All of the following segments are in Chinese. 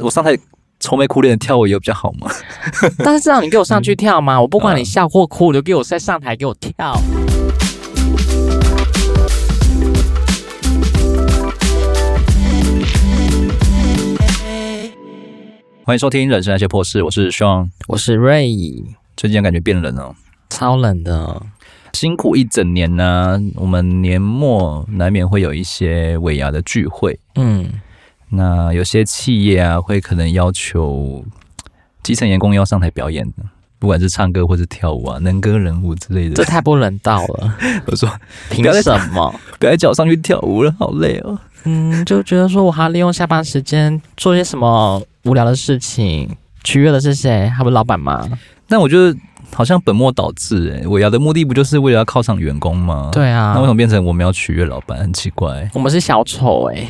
我上台愁眉苦脸地跳舞有比较好吗？ 但是至少你给我上去跳嗯嘛，我不管你笑或哭，你就给我在上台给我跳。欢迎收听《人生那些破事》，我是 Sean。我是瑞怡，最近感觉变冷了，超冷的，辛苦一整年呢、我们年末难免会有一些尾牙的聚会，嗯，那有些企业啊会可能要求基层员工要上台表演的。不管是唱歌或是跳舞啊，能歌能舞之类这的，太不人道 了，我说凭要再什么？不要再叫我上去跳舞了，好累哦。嗯，就觉得说我还要利用下班时间做些什么无聊的事情。取悦的是谁？还不是老板吗？但我觉得好像本末倒置、欸，尾牙的目的不就是为了要犒赏员工吗？、对啊那为，什么变成我们要取悦老板？很奇怪、我们是小丑哎、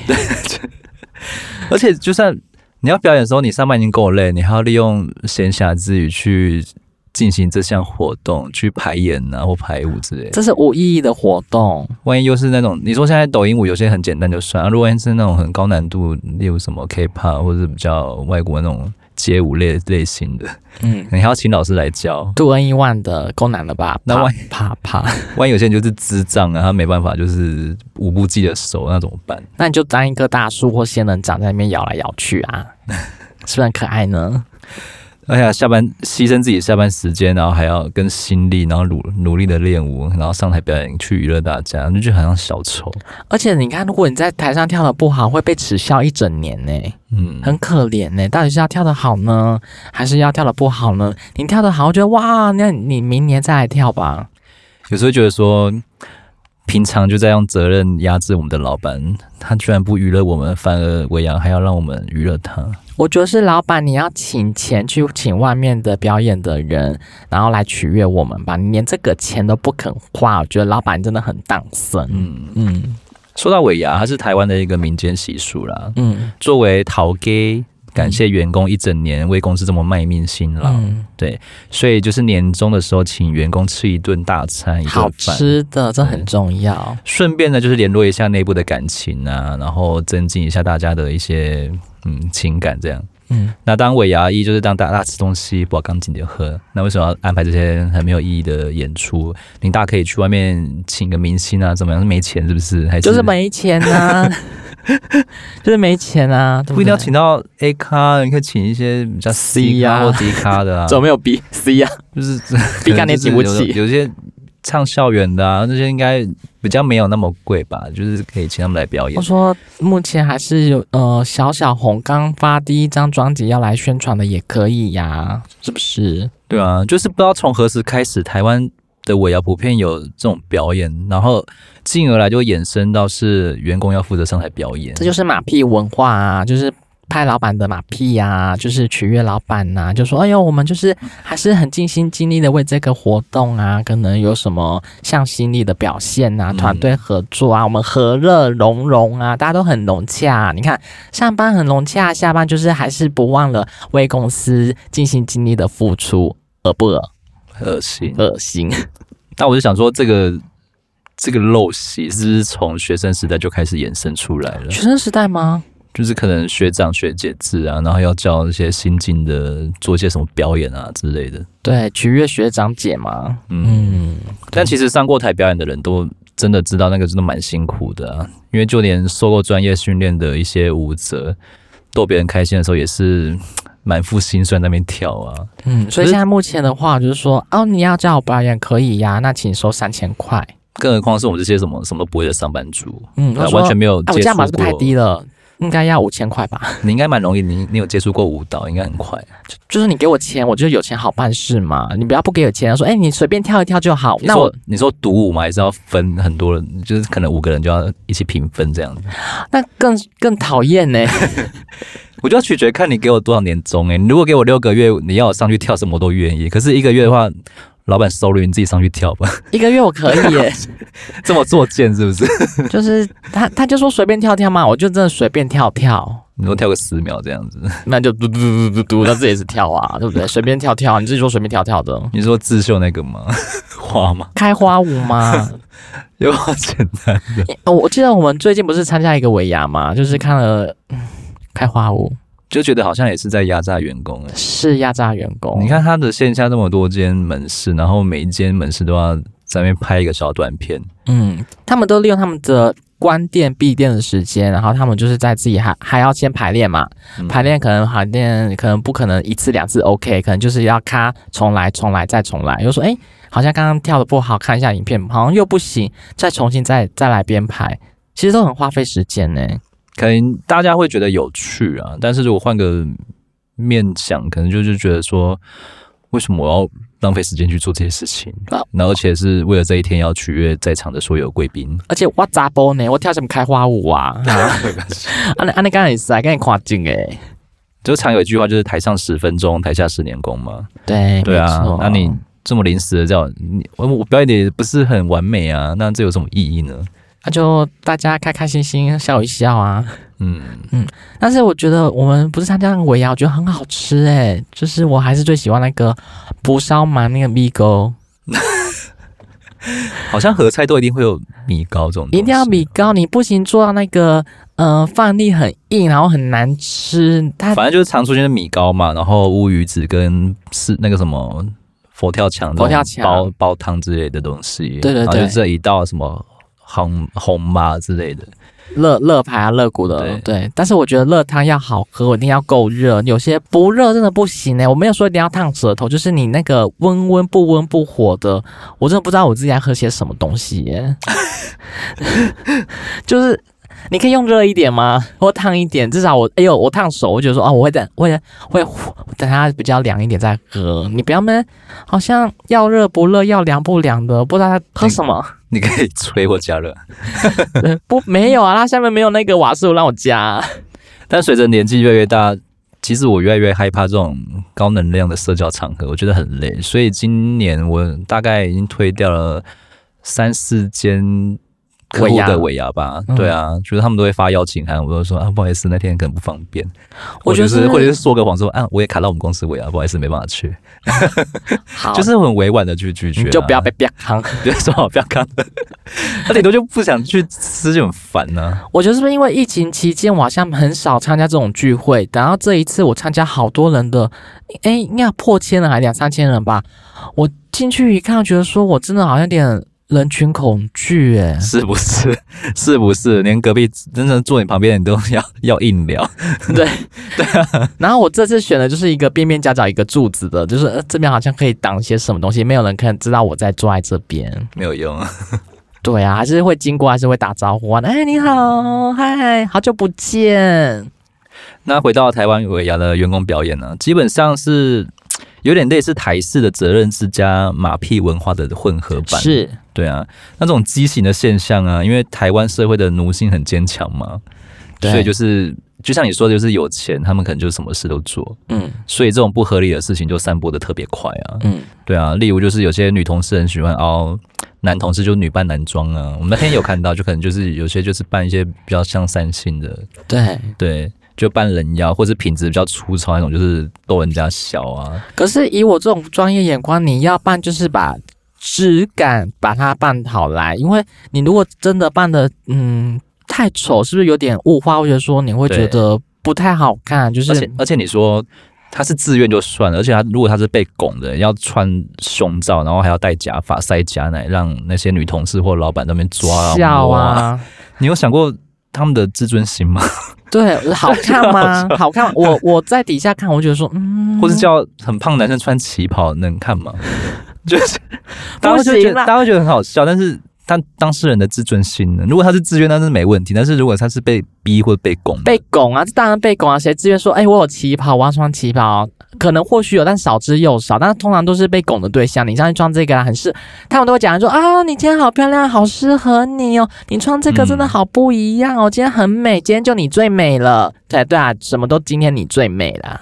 而且就算你要表演的时候，你上班已经够累，你还要利用闲暇之余去进行这项活动，去排演啊或排舞之类的。这是无意义的活动。万一又是那种你说现在抖音舞有些很简单就算，啊、如果万一是那种很高难度，例如什么 K-pop 或者是比较外国那种街舞类类型的，嗯，你还要请老师来教。独 N 一万的够难了吧？那啪万啪啪，万一有些人就是智障啊，他没办法，就是舞步记得熟，那怎么办？那你就当一棵大树或仙人掌在那边摇来摇去 啊，是不是很可爱呢？而且下班牺牲自己下班时间，然后还要跟心力，然后努努力的练舞，然后上台表演去娱乐大家，就觉得好像小丑。而且你看，如果你在台上跳的不好，会被耻笑一整年呢、嗯，很可怜呢、到底是要跳的好呢，还是要跳的不好呢？你跳的好，我觉得哇，那你明年再来跳吧。有时候觉得说，平常就在用责任压制我们的老板，他居然不娱乐我们，反而为扬还要让我们娱乐他。我觉得是老板，你要请钱去请外面的表演的人，然后来取悦我们吧。你连这个钱都不肯花，我觉得老板真的很当生。嗯，嗯说到尾牙，它是台湾的一个民间习俗啦。嗯作为陶给，感谢员工一整年为公司这么卖命辛劳，嗯，所以就是年终的时候，请员工吃一顿大餐，一好顿饭。吃的这很重要。顺便呢，就是联络一下内部的感情啊，然后增进一下大家的一些嗯情感这样。嗯，那当尾牙一就是当大家吃东西，不干净就喝。那为什么要安排这些很没有意义的演出？你大可以去外面请个明星啊，怎么样？是没钱是不是？还是就是没钱 啊，就是没钱啊，对不不一定对啊要请到 A 咖，你可以请一些比较 C 咖或 D 咖的啊， 怎么没有 B C 啊？就是 B 咖你也请不可能就是起有有些唱校园的啊，那些应该比较没有那么贵吧，就是可以请他们来表演我。说目前还是有呃小小红刚发第一张专辑要来宣传的也可以呀、是不是？对啊，就是不知道从何时开始，台湾的尾牙普遍有这种表演，然后进而来就衍生到是员工要负责上台表演。这就是马屁文化啊，就是。拍老板的马屁呀、就是取悦老板呐、就说哎呦，我们就是还是很尽心尽力的为这个活动啊，可能有什么向心力的表现啊，嗯团队合作啊，我们和乐融融啊，大家都很融洽、啊你看上班很融洽，下班就是还是不忘了为公司尽心尽力的付出，恶不恶？恶心。恶心。但我就想说，这个这个陋习是不是从学生时代就开始衍生出来了？ 学生时代吗？就是可能学长学姐制啊，然后要叫一些新进的做一些什么表演啊之类的。对，取悦学长姐嘛。嗯，嗯，但其实上过台表演的人都真的知道，那个真的蛮辛苦的啊，因为就连受过专业训练的一些舞者，逗别人开心的时候也是满腹心酸在那边跳啊。嗯，所以现在目前的话，就是说，哦，你要叫我表演可以呀，那请收三千块。更何况是我们这些什么什么都不会的上班族，嗯，啊我说完全没有哎，我接这触样过。码是不是太低了，应该要五千块吧？ 你应该蛮容易，你你有接触过舞蹈，应该很快。啊就是你给我钱，我就有钱好办事嘛。你不要不给我钱，说，哎，你随便跳一跳就好。你那说我你说独舞嘛，还是要分很多人，就是可能五个人就要一起平分这样子。那更更讨厌呢。 我就要取决看你给我多少年终哎、你如果给我六个月，你要我上去跳什么我都愿意。可是一个月的话，老板收了你自己上去跳吧， 一个月我可以 耶，这么作贱是不是？就是他他就说随便跳跳嘛，我就真的随便跳跳。你说跳个十秒这样子， 那就嘟嘟嘟嘟嘟，那这也是跳啊，对不 对？随便跳跳，你自己说随便跳跳的，你说刺绣那个吗？花吗？开花舞 吗？ 有好简单的，哦我我记得我们最近不是参加一个尾牙嘛，就是看了、嗯开花舞，就觉得好像也是在压榨员工、欸。是压榨员工。你看他的线下这么多间门市，然后每一间门市都要在那边拍一个小短片，嗯，他们都利用他们的关店闭店的时间，然后他们就是在自己还还要先排练嘛，嗯排练可能排练可能不可能一次两次 OK，可能就是要咔重来重来再重来，又说哎、诶好像刚刚跳的不好，看一下影片好像又不行，再重新再再来编排，其实都很花费时间呢、可能大家会觉得有趣啊，但是如果换个面想，可能就是觉得说，为什么我要浪费时间去做这些事情啊？那而且是为了这一天要取悦在场的所有贵宾。而且我砸波呢，我跳什么开花舞啊？啊，那啊那刚才也是啊，跟你夸张哎， 就常有一句话，就是台上十分钟，台下十年功嘛。对对啊没错，那你这么临时的叫你，我我表演的也不是很完美啊，那这有什么意义呢？那啊就大家开开心心笑一笑啊。嗯，但是我觉得我们不是参加那个尾牙，我觉得很好吃哎、就是我还是最喜欢那个蒲烧鳗那个米糕，好像合菜都一定会有米糕这种东西，一定要米糕，你不行做到那个呃饭粒很硬，然后很难吃，它反正就是常出现的米糕嘛，然后乌鱼子跟是那个什么佛跳墙、佛跳墙煲煲汤之类的东西，对对然后对就这一道什么红红麻之类的，热热排啊热骨的对对。但是我觉得热汤要好喝，我一定要够热，有些不热真的不行哎、我没有说一定要烫舌头，就是你那个温温不温不火的，我真的不知道我自己在喝些什么东西耶、 就是你可以用热一点吗？或烫一点，至少我哎呦，我烫手，我觉得说哦，我会等，会会等它比较凉一点再喝。你不要闷，好像要热不热，要凉不凉的，不知道它喝什么。 你可以吹或加热。对不，没有啊，它下面没有那个瓦数让我加、啊但随着年纪越来越大，其实我越来越害怕这种高能量的社交场合，我觉得很累。所以今年我大概已经推掉了三四间。客户的尾牙吧，嗯对啊，就是他们都会发邀请函，我都说啊，不好意思，那天可能不方便。我或者就是是或者是说个谎说啊，我也卡到我们公司尾啊，不好意思，没办法去，好，就是很委婉的去拒绝、哦啊你就不要，被逼坑。 对，说好不要看，他顶多就不想去吃就很烦啊呢、 我觉得是不是因为疫情期间，我好像很少参加这种聚会，然后这一次我参加好多人的，哎，应该有破千人还两三千人吧。我进去一看，觉得说我真的好像有点人群恐惧， 哎，是不是？是不是？连隔壁真正坐你旁边，你都 要要硬聊，对对啊。然后我这次选的就是一个边边角角一个柱子的，就是、呃、这边好像可以挡一些什么东西，没有人可能知道我在坐在这边。没有用。对啊，还是会经过，还是会打招呼啊，哎，你好，嗨，好久不见。那回到台湾尾牙的员工表演呢，基本上是有点类似台式的责任制加马屁文化的混合版，是，对啊，那种畸形的现象啊，因为台湾社会的奴性很坚强嘛，对所以就是就像你说的，就是有钱，他们可能就什么事都做，嗯所以这种不合理的事情就散播的特别快啊。嗯，对啊，例如就是有些女同事很喜欢凹男同事，就女扮男装啊。我们那天有看到，就可能就是有些就是扮一些比较像三性的，对。对，就扮人妖，或是品质比较粗糙那种，就是逗人家笑啊。可是以我这种专业眼光，你要办就是把质感把它办好来，因为你如果真的办的嗯太丑，是不是有点物化？或者说你会觉对得不太好看，就而且是而且你说。他是自愿就算了，而且他如果他是被拱的，要穿胸罩，然后还要戴假发、塞假奶，让那些女同事或老板在那边抓啊笑摸啊！啊。你有想过他们的自尊心吗？对，好看 吗？好看吗？我我在底下看，我觉得说，嗯，或是叫很胖的男生穿旗袍能看 吗？就是大家就不觉行得啦大家会觉得很好笑，但是他当事人的自尊心呢？如果他是自愿，那是没问题；但是如果他是被逼或被拱的，被拱啊，这当然被拱啊，谁自愿说，哎、我有旗袍，我要穿旗袍？可能或许有，但少之又少。但是通常都是被拱的对象。你上去穿这个啦，很适，他们都会讲说啊，你今天好漂亮，好适合你哦，你穿这个真的嗯好不一样哦，今天很美，今天就你最美了。对对啊，什么都今天你最美啦。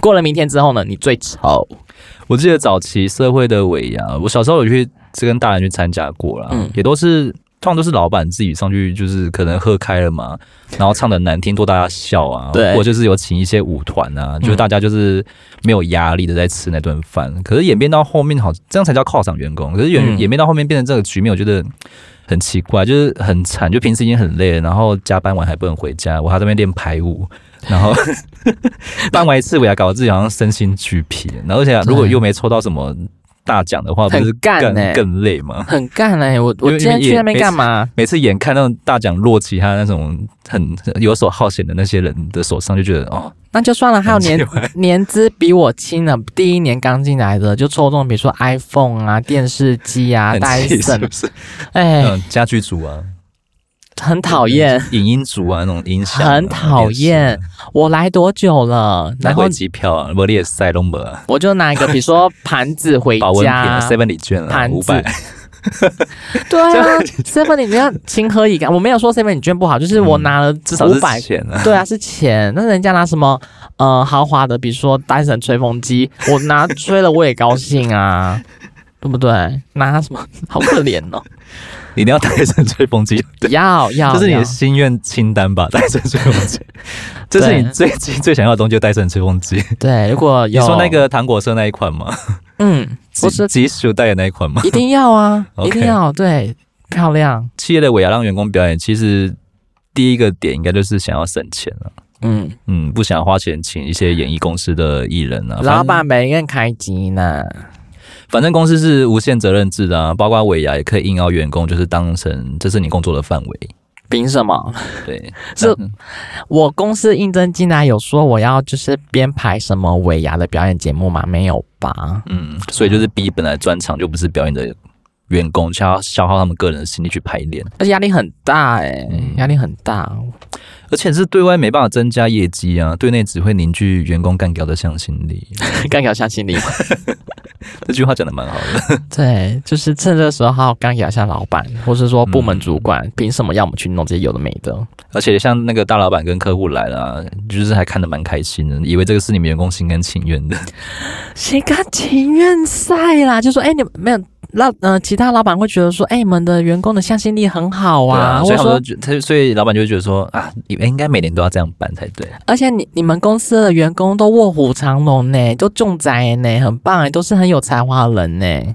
过了明天之后呢，你最丑。 我记得早期社会的尾牙，我小时候有去这跟大人去参加过啦，嗯也都是通常都是老板自己上去，就是可能喝开了嘛，然后唱的难听逗大家笑啊，对或者就是有请一些舞团啊，就是大家就是没有压力的在吃那顿饭。可是演变到后面好，这样才叫犒赏员工。可是演、嗯演变到后面变成这个局面，我觉得。很奇怪，就是很惨，就平时已经很累了，然后加班完还不能回家，我还在那边练排舞，然 后办完一次尾牙，搞得自己好像身心俱疲。然后而且如果又没抽到什么大奖的话，不很是干更、欸更累吗？很干嘞、我我因为今天也去那边没干嘛？每次眼看到大奖落其他那种很很游手好闲的那些人的手上，就觉得哦，那就算了，还有很奇年怪年资比我轻的，第一年刚进来的就抽中，比如说 iPhone 啊、电视机啊、很戴气是森不，是？哎、嗯，家居族啊，很讨厌。影音族啊，那种音响啊、很讨厌电视啊，我来多久了？来然后回机票啊，我列塞东门啊，我就拿一个，比如说盘子 回保温瓶啊家， ，seven 礼券啊，盘子五百，对啊，seven 你要情何以堪？我没有说 seven 你捐不好，就是我拿了嗯至至少五是百，钱 啊。对啊，是钱。那人家拿什么呃豪华的，比如说单神吹风机，我拿吹了我也高兴啊， 对不对？拿什么 好可怜哦， 你一定要带上吹风机，对，要要，这是你要的心愿清单吧？ 带上吹风 机，这是你对最最最想要的东西，就带上吹风机。对。如果你有说那个糖果色那一款吗？嗯，不是吉鼠带的那一款吗？一定要 啊，一 OK 定要对，漂亮，企业的尾牙让员工表演，其实第一个点应该就是想要省钱了、嗯。嗯，不想花钱请一些演艺公司的艺人啊，老反正板没人开机呢，反正公司是无限责任制的啊，包括尾牙也可以硬要员工，就是当成这是你工作的范围。凭什么？对，这嗯我公司应征进来有说我要就是编排什么尾牙的表演节目吗？没有吧？嗯，所以就是逼本来专场就不是表演的员工，消消耗他们个人的心力去排练，而且压力很大哎、压力很大。而且是对外没办法增加业绩啊，对内只会凝聚员工干掉的向心 力。 干掉下心理，这句话讲的蛮好的，对，就是趁这个时候好好干掉一下老板，或是说部门主管，凭、什么要我们去弄这些有的没的？而且像那个大老板跟客户来了啊、就是还看得蛮开心的，以为这个是你们员工心甘情愿的。谁敢情愿赛啦？就说哎、你们没有。那呃，其他老板会觉得说，哎、你们的员工的向心力很好对啊，啊，所或以者他说们就觉他，所以老板就会觉得说啊，你们应该每年都要这样办才对。而且你你们公司的员工都卧虎藏龙呢，都重宅呢，很棒哎，都是很有才华的人呢。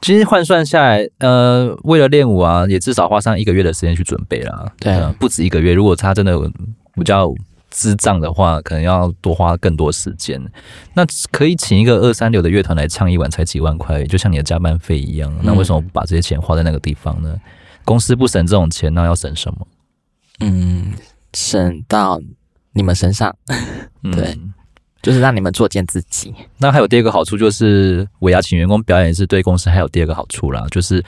其实换算下来，呃，为了练舞啊，也至少花上一个月的时间去准备啦。对呃不止一个月。如果他真的比较智障的话，可能要多花更多时间。那可以请一个二三流的乐团来唱一晚才几万块，就像你的加班费一样。那为什么不嗯把这些钱花在那个地方呢？公司不省这种钱，那要省什么？嗯，省到你们身上，嗯对。就是让你们作践自己。那还有第二个好处就是，尾牙请员工表演是对公司还有第二个好处啦，就是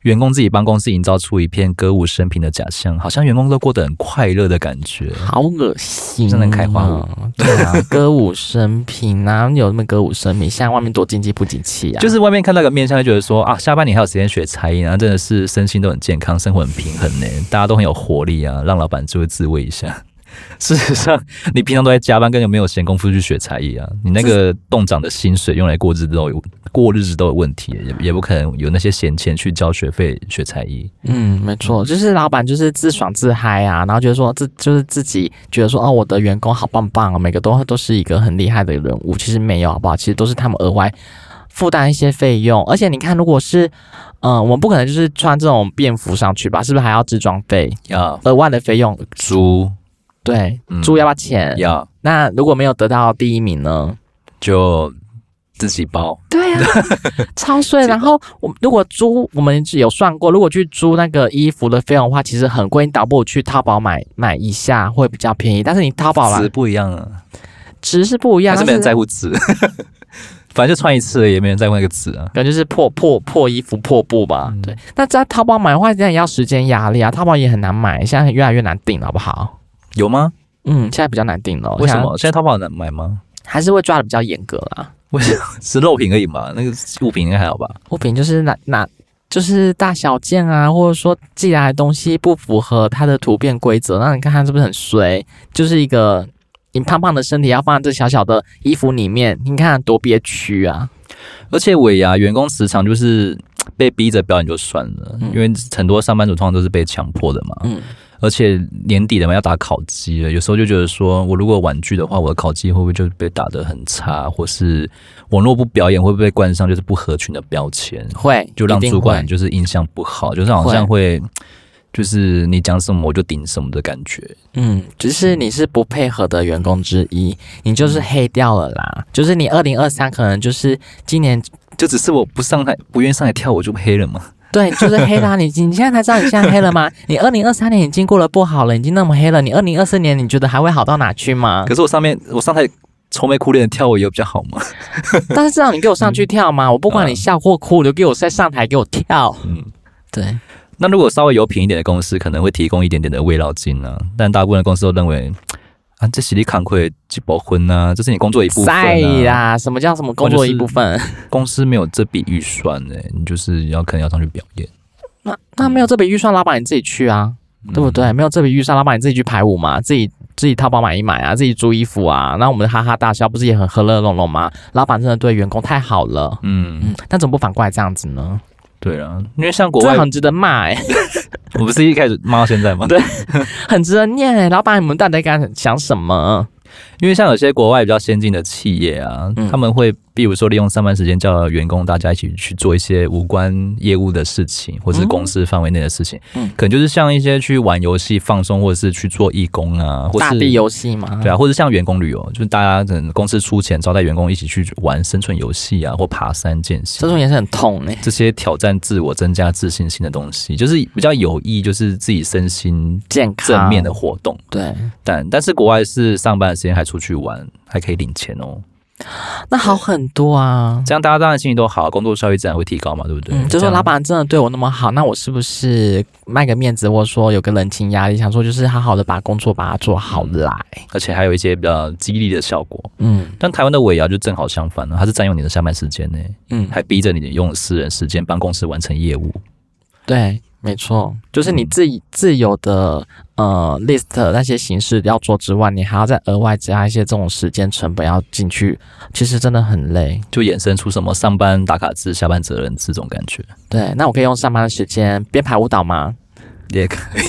员工自己帮公司营造出一片歌舞升平的假象，好像员工都过得很快乐的感觉。好恶心、啊真的开花舞。对啊，歌舞升平啊，有那么歌舞升平？现在外面多经济不景气啊，就是外面看到一个面相，就觉得说啊，下半年还有时间学才艺，然后真的是身心都很健康，生活很平衡呢，大家都很有活力啊，让老板就会自慰一下。 事实上，你平常都在加班，根本没有闲工夫去学才艺啊！你那个动涨的薪水用来过日子都有过日子都有问题，也也不可能有那些闲钱去交学费学才艺。嗯，没错，就是老板就是自爽自嗨啊，然后觉得说自就是自己觉得说哦，我的员工好棒棒哦，每个都都是一个很厉害的人物，其实没有好不啊好？其实都是他们额外负担一些费用，而且你看，如果是嗯、呃我们不可能就是穿这种便服上去吧，是不是还要置装费要额外的费用？租对，嗯猪要不要钱？要那如果没有得到第一名呢？就自己包，对啊，超税。然后我们如果租，我们是有算过，如果去租那个衣服的费用的话，其实很贵，你倒不如去淘宝买买一下会比较便宜。但是你淘宝值啦，不一样啊，值是不一样，还是没人在乎，乎值， 反正就穿一次而已，也没人在乎那个值啊。可能就是破破破衣服破布吧。嗯啊对，那在淘宝买的话，现在也要时间压力啊，淘宝也很难买，现在越来越难订了，好不好？有吗？嗯，现在比较难订了，为什现在么现在淘宝很难买吗？ 还是会抓的比较严格啦？是肉品而已嘛，那个物品应该还好吧？物品就是哪哪就是大小件啊，或者说寄来的东西不符合它的图片规则，那你看它是不是很衰？就是一个你胖胖的身体要放在这小小的衣服里面，你看多憋屈啊！而且尾牙员工时常就是嘖被逼着表演就算了，因为很多上班族通常都是被强迫的嘛。嗯而且年底了嘛，要打烤鸡了，有时候就觉得说，我如果婉拒的话，我的烤鸡会不会就被打得很差，或是我若不表演，会不会被冠上就是不合群的标签？会就让一定主管会就是印象不好，就是好像会就是你讲什么我就顶什么的感觉。嗯，只是你是不配合的员工之一，你就是黑掉了啦。就是你二零二三可能就是今年就只是我不上台，不愿意上来跳，我就黑了嘛。对，就是黑啦。你你现在才知道你现在黑了吗？你二零二三年已经过得不好了，已经那么黑了，你二零二四年你觉得还会好到哪去吗？可是我上面我上台愁眉苦脸的跳，我也比较好嘛。 但是至少你给我上去跳嘛，我不管你笑或哭，你就给我在上台给我跳。嗯，对，那如果稍微有品一点的公司，可能会提供一点点的慰劳金啊，但大部分的公司都认为啊，这是你坎坷几包婚啊，这是你工作一部分、在啊。啦，什么叫什么工作一部分？公司没有这笔预算呢、你就是要可能要上去表演，那那没有这笔预算，老板你自己去啊，对不嗯？对？没有这笔预算，老板你自己去排舞嘛，自己自己淘宝买一买啊，自己租衣服啊。那我们哈哈大笑不是也很和乐融融吗？老板真的对员工太好了。嗯，嗯，但怎么不反过来这样子呢？对啊，因为像国这外，很值得骂哎、我不是一开始骂到现在吗？对很值得念哎、老板你们到底敢想什么？因为像有些国外比较先进的企业啊，嗯他们会比如说利用上班时间叫员工大家一起去做一些无关业务的事情，或是公司范围内的事情，嗯可能就是像一些去玩游戏放松，或者是去做义工啊，或嗯大是地游戏嘛，对啊，或者像员工旅游，就是大家可能公司出钱招待员工一起去玩生存游戏啊，或爬山健行这。种也是很痛哎、这些挑战自我、增加自信心的东西，就是比较有益，就是自己身心健康正面的活动。对。但但是国外是上班的时间还出去玩，还可以领钱哦。那好很多啊。这样大家当然心情都好，工作效率自然会提高嘛，对不对？嗯，就这说样老，板真的对我那么好，那我是不是卖个面子，或者说有个人情压力，想说就是好好的把工作把它做好来。而且还有一些比较激励的效果。嗯但台湾的尾牙就正好相反了，它是占用你的下班时间呢，嗯，还逼着你用私人时间帮公司完成业务。对，没错，就是你自己自由的呃 list 那些形式要做之外，你还要再额外加一些这种时间成本要进去，其实真的很累。就衍生出什么上班打卡制、下班责任制这种感觉，对，那我可以用上班的时间编排舞蹈吗？也可以。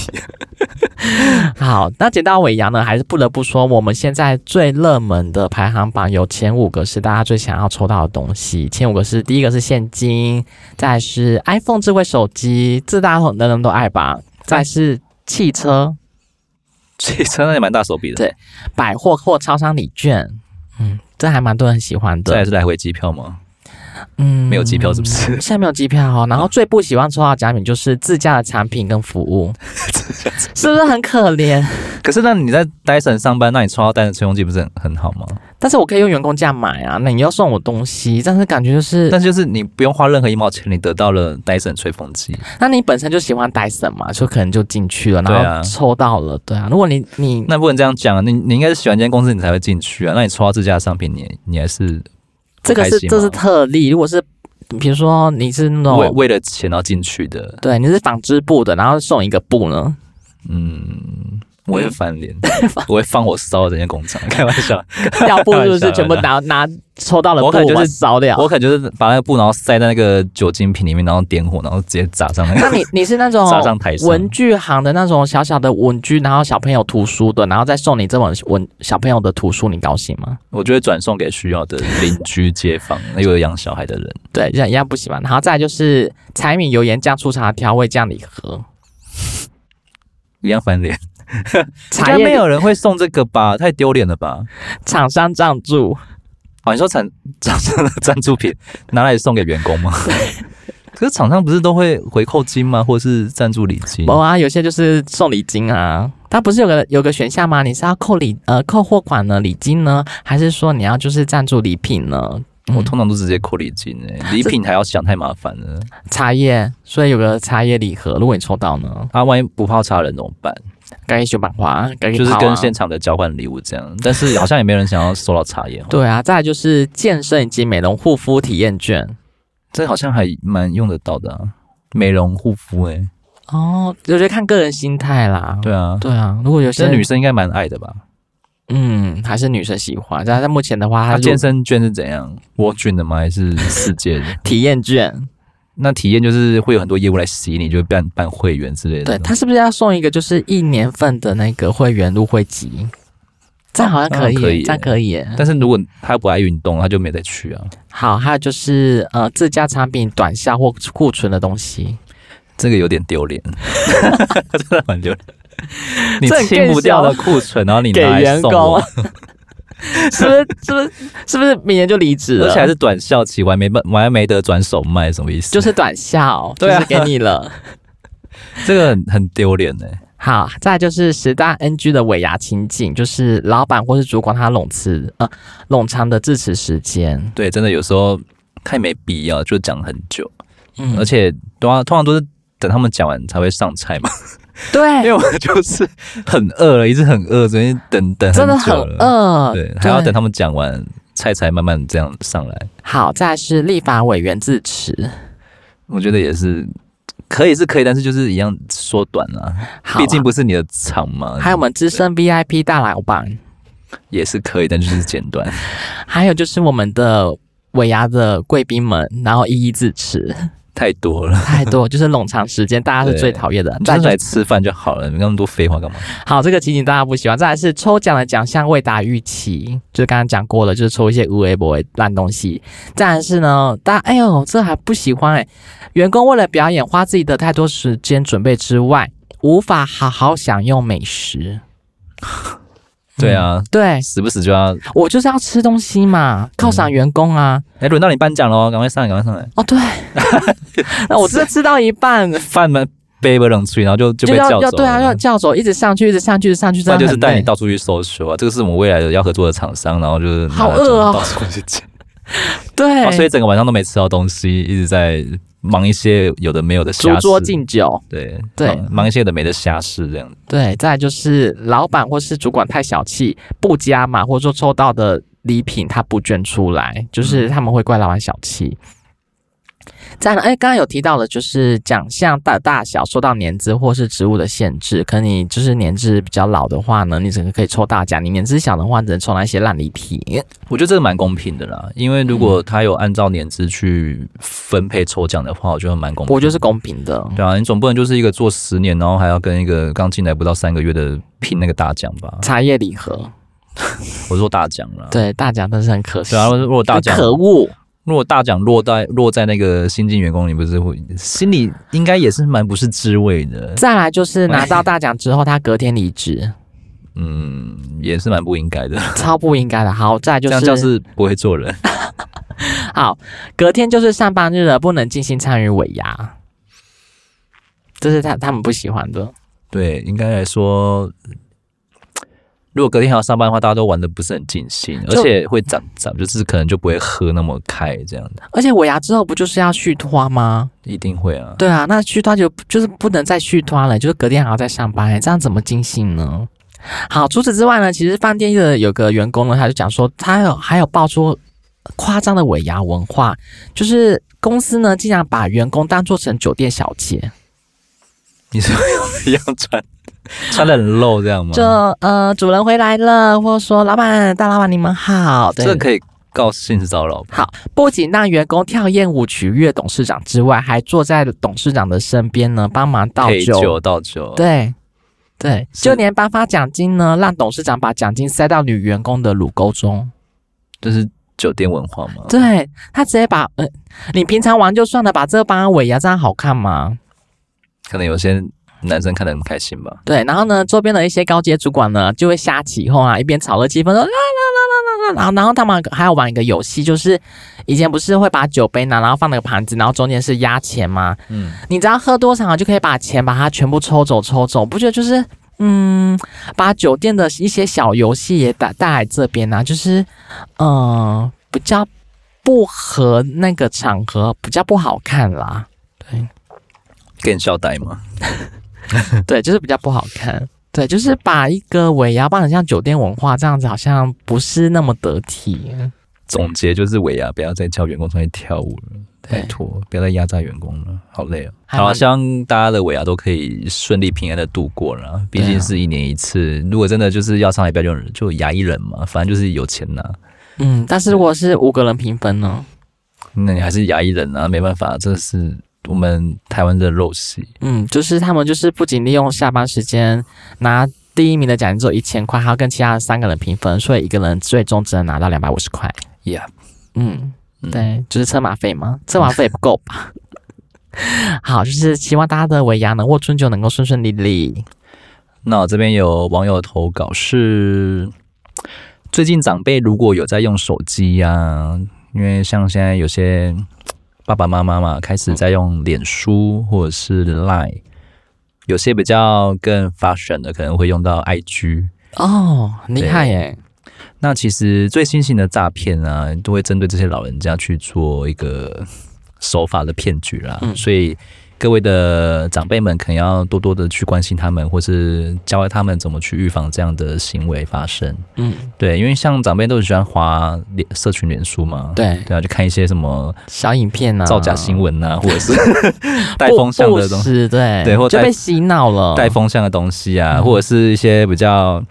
好，那剪刀尾牙呢，还是不得不说，我们现在最热门的排行榜有前五个是大家最想要抽到的东西，前五个是第一个是现金，再来是 iPhone 智慧手机，这大家很多人都爱吧，再来是汽车、汽车那也蛮大手笔的，对百货或超商礼券，嗯，这还蛮多人喜欢这还的，是来回机票吗？嗯，没有机票是不是？现在没有机票哦，然后最不喜欢抽到的奖品就是自家的产品跟服务，是不是很可怜？ 可是那你在 Dyson 上班，那你抽到 Dyson 吹风机不是很很好吗？但是我可以用员工价买啊，那你要送我东西，但是感觉就是但就是你不用花任何一毛钱，你得到了 Dyson 吹风 机，那你本身就喜欢戴森嘛，就可能就进去了，对啊然后抽到了，对啊。如果你你那不能这样讲啊！你你应该是喜欢这间公司，你才会进去啊。那你抽到自家的商品，你你还是这个开是心吗这是哦特例，如果是比如说你是那为种为了钱然后进去的，对你是纺织布的，然后送一个 布呢，嗯。我会翻 脸，我会放火烧了整间工厂。 开玩笑，要不就开是玩笑全部拿拿抽到了布我感觉把它是烧掉。我可能就是把那个布，然后塞在那个酒精瓶里面，然后点火，然后直接砸上那那个，你你是那种砸上台上。文具行的那种小小的文具，然后小朋友图书的，然后再送你这本文小朋友的图书，你高兴吗？ 我就会转送给需要的邻居、街坊，有养小孩的人。对，一样一样不喜欢。然后再来就是柴米油盐酱醋茶调味酱礼盒，一样翻脸，应茶该叶没有人会送这个吧？太丢脸了吧？厂商赞助。哦，你说厂厂商的 赞助品拿来送给员工吗？ 可是厂商不是都会回扣金吗？或是赞助礼金？有啊，有些就是送礼金啊。它不是有个有个选项吗？你是要扣礼呃扣货款呢，礼金呢，还是说你要就是赞助礼品呢？我通常都直接扣礼金诶、礼品还要想，太麻烦了。茶叶，所以有个茶叶礼盒，如果你抽到呢，啊，万一不泡茶的人怎么办？赶紧修版花，赶紧就是泡啊跟现场的交换礼物这样，但是好像也没有人想要收到茶叶哦。对啊，再来就是健身以及美容护肤体验券这好像还蛮用得到的啊，美容护肤诶、哦，我觉得看个人心态啦。对啊，对啊，如果有些这女生应该蛮爱的吧？嗯还是女生喜欢，但是目前的话，他它啊健是身券是怎样？我卷的吗？还是世界的？ 体验券。那体验就是会有很多业务来洗你，就会办办会员之类的。对他是不是要送一个就是一年份的那个会员入会籍？这样好像可以，哦可以耶这样可以耶。但是如果他不爱运动，他就没得去啊。好，还有就是呃，自家产品短效或库存的东西，这个有点丢 脸，真的蛮丢脸。你这很清不掉的库存，然后你拿来送我， 是不是？是不是？是不是明年就离职了？而且还是啊短效期，我还没办，我还没得转手卖，什么意思？就是短效，就对啊是给你了。这个很很丢脸欸呢。好，再来就是十大 NG 的尾牙情景，就是老板或是主管他冗词呃冗长的致辞时间，对，真的有时候太没必要，就讲很久，嗯而且通常通常都是等他们讲完才会上菜 嘛，因对，为我就是很饿了，一直很饿，所以等等真的很久了，饿，对，还要等他们讲完菜才慢慢这样上来，好，再来是立法委员致辞，我觉得也是可以是可以，但是就是一样缩短啊，好啊，毕竟不是你的场嘛，还有我们资深 VIP 大老板，也是可以，但就是简 短。还有就是我们的尾牙的贵宾们，然后一一致 辞，太多了，太多就是冗长时间，大家是对最讨厌的。就再是来来吃饭就好了，你那么多废话干嘛？好，这个情景大家不喜欢。再来是抽奖的奖项未达预期，就是刚刚讲过了，就是抽一些无为不为烂东西。再来是呢，大家哎呦，这还不喜欢哎、员工为了表演花自己的太多时间准备之外，无法好好享用美食。对啊，对时不时就要，我就是要吃东西嘛，犒赏员工啊。哎，轮到你颁奖喽，赶快上来，赶快上来，哦，对，那我真的吃到一半。饭们背不冷出去，然后就就被要叫要走对啊，要了。叫走，一直上去，一直上去，一直上去，真那的就是很带你累到处去搜寻啊，这个是我们未来的要合作的厂商，然后就是拿好来做饿哦哎到处去 吃、对，啊，所以整个晚上都没吃到东西，一直在忙一些有的没有的 逐瞎桌事，敬酒。对对忙忙一些有的没的瞎事这样子。对，再来就是老板或是主管太小气，不加码，或者说抽到的礼品他不捐出来，嗯就是他们会怪老板小气。再来，哎，刚刚有提到的，就是奖项的大小受到年资或是职务的限制。可能你就是年资比较老的话呢，你只能可以抽大奖；你年资小的话，只能抽那些烂礼品。我觉得这个蛮公平的啦，因为如果嗯他有按照年资去分配抽奖的话，我觉得蛮公平我。觉得是公平的。对啊，你总不能就是一个做十年，然后还要跟一个刚进来不到三个月的拼那个大奖 吧？茶叶礼盒，嗯我说大奖啦。对大奖真是很可惜，对啊，如果大很奖可恶。如果大奖落在落在那个新进员工，你不是会心里应该也是蛮不是滋味的，再来就是拿到大奖之后，他隔天离职，嗯，也是蛮不应该的。超不应该的。好，再来就这样叫是不会做人，好，隔天就是上班日了，不能尽心参与尾牙，这是他他们不喜欢的。对，应该来说。如果隔天还要上班的话，大家都玩的不是很尽兴，而就且会长长，就是可能就不会喝那么开，这样的而且尾牙之后不就是要续拖吗？一定会啊。对啊，那续拖就就是不能再续拖了，就是隔天还要再上班、这样怎么尽兴呢？好，除此之外呢，其实饭店的有个员工呢，他就讲说，他有还有爆出夸张的尾牙文化，就是公司呢竟然把员工当做成酒店小姐，你是不是一样穿穿的很露这样吗？就呃主人回来了，或者说老板大老板你们好，对这可以告性骚扰吧，好，不仅让员工跳艳舞取悦董事长之外，还坐在董事长的身边呢，帮忙倒陪酒。酒倒酒，对，对，是就连颁发奖金呢，让董事长把奖金塞到女员工的乳沟中。这是酒店文化嘛？对他直接把，呃，你平常玩就算了，把这帮尾牙这样好看吗？可能有些男生看得很开心吧。对，然后呢，周边的一些高阶主管呢，就会瞎起哄啊，一边炒热气氛说啦啦啦啦啦啦，然后然后他们还要玩一个游戏，就是以前不是会把酒杯拿，然后放那个盘子，然后中间是压钱吗？嗯，你只要喝多少就可以把钱把它全部抽走抽走，不觉得就是嗯，把酒店的一些小游戏也带带来这边啊，就是嗯、呃比较不合那个场合，比较不好看啦，给你笑呆吗？对，就是比较不好看。对，就是把一个尾牙办得像酒店文化这样子，好像不是那么得体。总结就是尾牙不要再叫员工出来跳舞了，对拜托，不要再压榨员工了，好累哦。还好了，蛮希望大家的尾牙都可以顺利平安的度过了，毕对啊竟是一年一次。啊如果真的就是要上来表演，就牙医人嘛，反正就是有钱拿。嗯，但是如果是五个人平分呢？那你还是牙医人啊，没办法，这是我们台湾的陋习。嗯，就是他们就是不仅利用下班时间拿第一名的奖金只有一千块，还要跟其他的三个人平分，所以一个人最终只能拿到两百五十块。 Yeah，嗯，嗯对，就是车马费嘛，车马费也不够吧？ 好，就是希望大家的尾牙能握春酒能够顺顺利利。那我这边有网友投稿是，最近长辈如果有在用手机呀、因为像现在有些爸爸妈妈嘛，开始在用脸书或者是 Line，有些比较更 fashion 的可能会用到 IG。哦，很厉害耶！那其实最新型的诈骗啊，都会针对这些老人家去做一个手法的骗局啦。所以各位的长辈们，可能要多多的去关心他们，或是教会他们怎么去预防这样的行为发生。嗯，对，因为像长辈都很喜欢滑脸社群脸书嘛，对，对啊，就看一些什么小影片啊，造假新闻啊，或者是带风向的东西。西，对对或就带被洗脑了，带风向的东西啊，或者是一些比较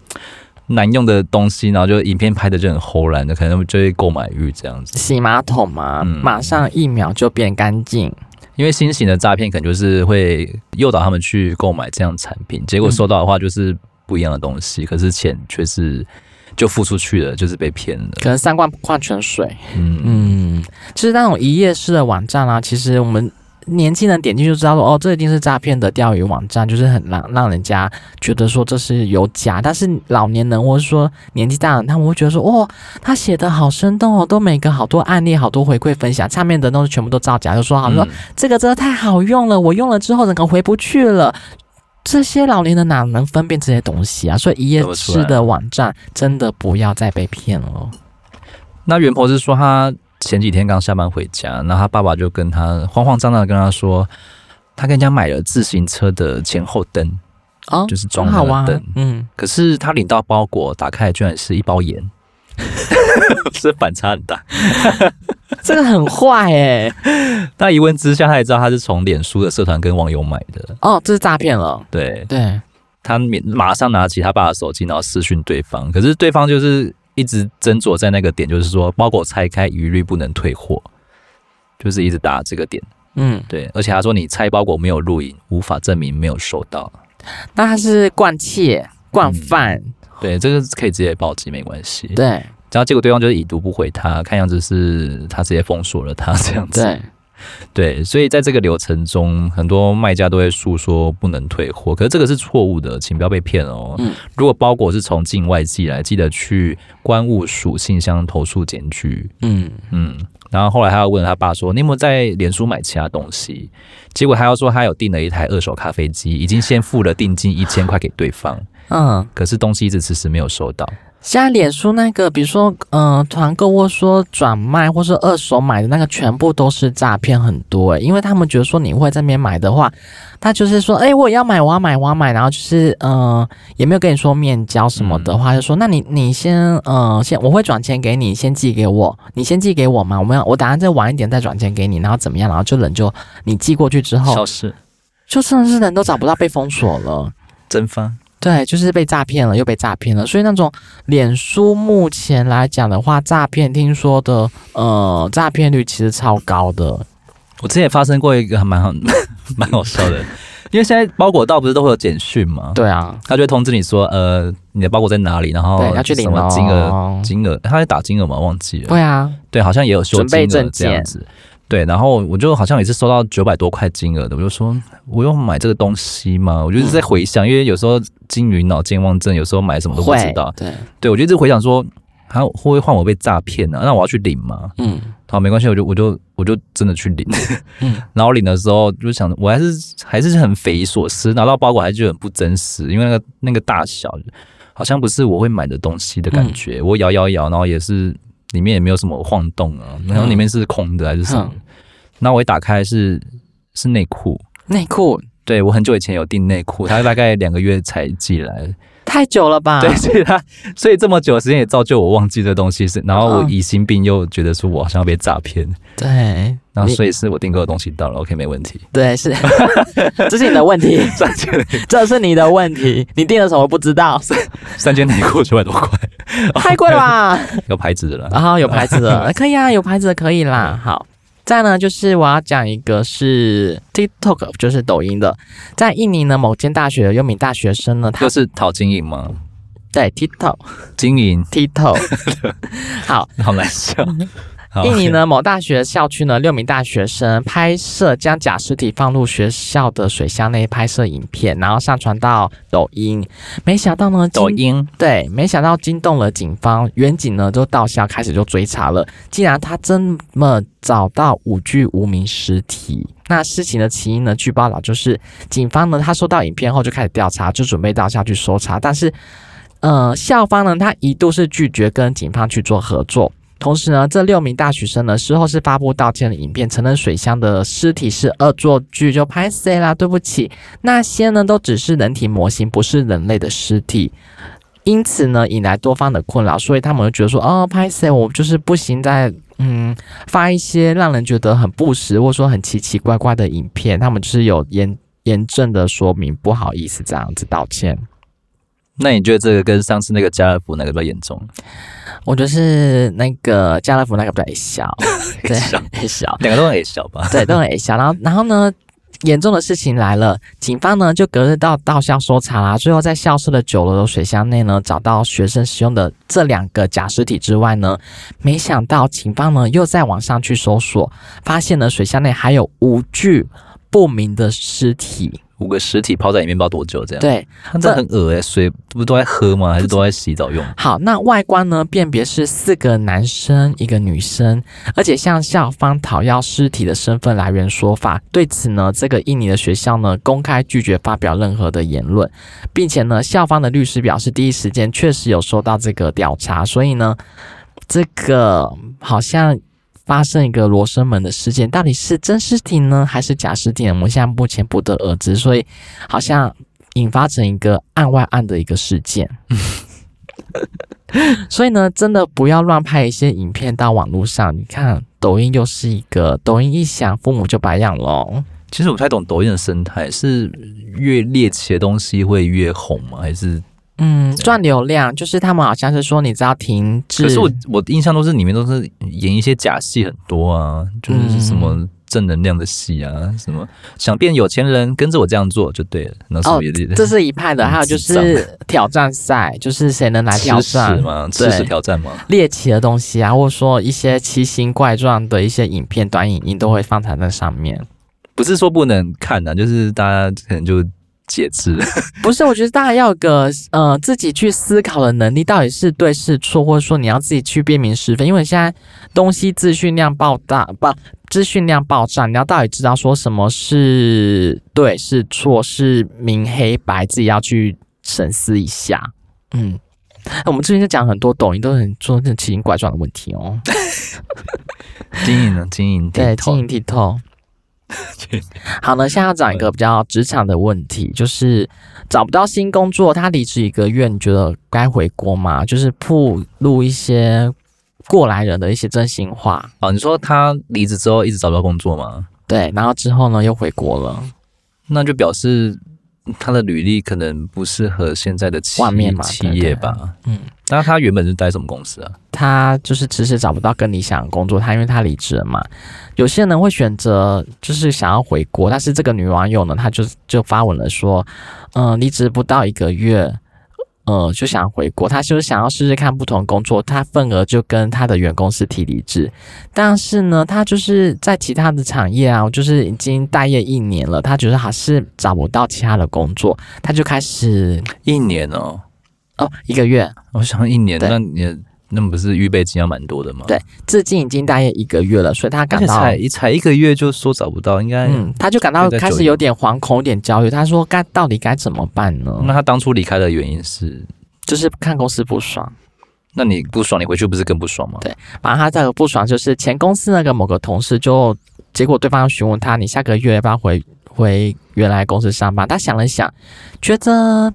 难用的东西，然后就影片拍的就很齁然的，可能就会购买欲这样子。洗马桶嘛，嗯马上一秒就变干净。因为新型的诈骗可能就是会诱导他们去购买这样的产品，结果收到的话就是不一样的东西，可是钱却是就付出去了，就是被骗了。可能三罐矿泉水，嗯，嗯，就是那种一页式的网站啦、啊其实我们年轻人点进去就知道说，哦，这一定是诈骗的钓鱼网站，就是很让让人家觉得说这是有假。但是老年人或者说年纪大的人，他们会觉得说，哦，他写的好生动哦，都每个好多案例、好多回馈分享，上面的东西全部都造假，就说好嗯说、这个真的太好用了，我用了之后整个回不去了。这些老年人哪能分辨这些东西啊？所以一页怎么出来式的网站真的不要再被骗了。那袁婆是说他前几天刚下班回家，然后他爸爸就跟他慌慌张张的跟他说，他跟人家买了自行车的前后灯，哦，就是装好那啊个灯。，嗯，可是他领到包裹，打开来居然是一包盐， 这反差很大。这个很坏哎、 那一问之下，他也知道他是从脸书的社团跟网友买的。哦，这是诈骗了。对对，他马上拿起他爸的手机，然后私讯对方。可是对方就是一直斟酌在那个点，就是说包裹拆开一律不能退货，就是一直打这个点。嗯，对，而且他说你拆包裹没有录影，无法证明没有收到。那他是惯窃、嗯惯犯，对，这个可以直接报警，没关系。对然后结果对方就是已读不回他，看样子是他直接封锁了他这样子。对，对，所以在这个流程中，很多卖家都会诉说不能退货，可是这个是错误的，请不要被骗哦。嗯如果包裹是从境外寄来，记得去关务署信箱投诉检举。嗯，嗯，然后后来他又问他爸说：“你有没有在脸书买其他东西？”结果他又说他有订了一台二手咖啡机，已经先付了定金一千块给对方，嗯，可是东西一直迟迟没有收到。现在脸书那个，比如说，嗯、团购或说转卖或是二手买的那个，全部都是诈骗，很多、欸，因为他们觉得说你会在那边买的话，他就是说，哎、我也要买，我要买，我要买，然后就是，嗯、也没有跟你说面交什么的话，就呃说，那你你先，嗯、先我会转钱给你，先寄给我，你先寄给我嘛，我们要我打算再晚一点再转钱给你，然后怎么样，然后就人就你寄过去之后，失，就真的是人都找不到，被封锁了。蒸发。对，就是被诈骗了，又被诈骗了。所以那种脸书目前来讲的话，诈骗听说的，呃，诈骗率其实超高的。我之前也发生过一个还蛮好 蛮好笑的，因为现在包裹到不是都会有简讯吗？对啊，他就会通知你说，呃，你的包裹在哪里，然后对，要去领什么哦金额，金额，他在打金额嘛，忘记了。对啊，对，好像也有修准备金额证这样件子。对，然后我就好像也是收到九百多块金额的，我就说我有买这个东西吗？我就一直在回嗯想，因为有时候金鱼脑健忘症，有时候买什么都不知会道。，对，对，我就一直回想说，还会不会换我被诈骗呢？那我要去领吗？嗯，好，没关系，我就我就我就真的去领， 嗯然后领的时候就想，我还是还是很匪夷所思，拿到包裹还是觉得很不真实，因为那个那个大小好像不是我会买的东西的感觉，嗯我摇摇摇，然后也是里面也没有什么晃动啊，然后里面是空的还是什么嗯，那、我一打开是是内裤，内裤对我很久以前有订内 裤，它大概两个月才寄来，太久了吧？对， 所以他所以这么久的时间也造就我忘记这东西是，然后啊我疑心病又觉得说我好像要被诈骗。对，然后你所以是我订购的东西到了，OK，没问题。对是，这是你的问题，三件这是你的问题，你订了什么不知 道？三件内裤九百多块， 哦太贵了吧？有牌子的了。啊、有牌子的，可以啊，有牌子的可以啦。好，再呢就是我要讲一个是 TikTok，就是抖音的，在印尼呢某间大学的有名大学生呢，他就是淘金银吗？对 TikTok 金银 TikTok，好，嗯好难笑。好印尼呢某大学校区呢六名大学生拍摄将假尸体放入学校的水箱内拍摄影片，然后上传到抖音。没想到呢，惊抖音对，没想到惊动了警方，远警呢就到校开始就追查了。竟然他真么找到五具无名尸体。那事情的起因呢？据报道就是警方呢，他收到影片后就开始调查，就准备到校去搜查，但是，呃，校方呢，他一度是拒绝跟警方去做合作。同时呢，这六名大学生呢，事后是发布道歉的影片，承认水箱的尸体是恶作剧，就拍谁啦，对不起，那些呢都只是人体模型，不是人类的尸体。因此呢，引来多方的困扰，所以他们就觉得说，哦，拍谁我就是不行在嗯发一些让人觉得很不实或者说很奇奇怪怪的影片，他们就是有严严正的说明，不好意思这样子道歉。那你觉得这个跟上次那个家乐福哪个比较严重？我觉得是那个家乐福那个比较小，对， 小，两个都很小 吧？对，都很小。然后，然后呢，严重的事情来了，警方呢就隔日到到校搜查啦，最后在校舍的九楼的水箱内呢找到学生使用的这两个假尸体之外呢，没想到警方呢又在网上去搜索，发现了水箱内还有五具不明的尸体。五个尸体泡在里面不知道多久这样。，对，那这很恶哎、水不都在喝吗？还是都在洗澡用？好，那外观呢？辨别是四个男生一个女生，而且向校方讨要尸体的身份来源说法。对此呢，这个印尼的学校呢公开拒绝发表任何的言论，并且呢，校方的律师表示，第一时间确实有收到这个调查，所以呢，这个好像。发生一个罗生门的事件，到底是真尸体呢，还是假尸体呢？我们现在目前不得而知，所以好像引发成一个案外案的一个事件。所以呢，真的不要乱拍一些影片到网络上。你看，抖音又是一个，抖音一响，父母就白养喽。其实我不太懂抖音的生态，是越猎奇的东西会越红吗？还是？嗯，赚流量就是他们好像是说，你只要停滞，可是我我印象都是里面都是演一些假戏很多啊，就是什么正能量的戏啊，什么想变有钱人，跟着我这样做就对了。那是哦不是也这是一派的，还有就很是挑战赛，就是谁能来挑吃屎战吗？吃屎对挑战吗？猎奇的东西啊，或者说一些奇形怪状的一些影片、短影音都会放在那上面。不是说不能看啊，就是大家可能就解制。 不是，我觉得大家要有个呃自己去思考的能力，到底是对是错，或者说你要自己去辨明是非。因为现在东西资讯量爆大，不资讯量爆炸，你要到底知道说什么是对是错，是明黑白，自己要去审视一下。嗯，哎我们之前就讲很多抖音都很说这种奇形怪状的问题哦。经营呢，啊经营对，地头晶莹剔透。 好呢，现在要讲一个比较职场的问题，就是找不到新工作，他离职一个月，你觉得该回国吗？就是铺露一些过来人的一些真心话，哦，你说他离职之后一直找不到工作吗？对，然后之后呢又回国了，那就表示他的履历可能不适合现在的企外面嘛企对业对吧。嗯，那他原本是待什么公司啊？他就是迟迟找不到更理想的工作，他因为他离职了嘛。有些人会选择就是想要回国，但是这个女网友呢，她就就发文了说，嗯、离职不到一个月，呃，就想回国，她就是想要试试看不同工作，她份额就跟她的员工是提离职，但是呢，她就是在其他的产业啊，就是已经待业一年了，她觉得还是找不到其他的工作，她就开始一年哦，哦一个月，我想一年，对那你那不是预备金要蛮多的吗？对至今已经待业一个月了，所以她而感且到啊才才一个月就说找不到，应该、嗯，他就感到现在开九始月有点惶恐，有点焦虑。他说该到底该怎么办呢？那他当初离开的原因是，就是看公司不爽，那你不爽，你回去不是更不爽吗？对反正他这个不爽就是前公司那个某个同事就，结果对方询问他你下个月要不要回回原来公司上班，他想了想，觉得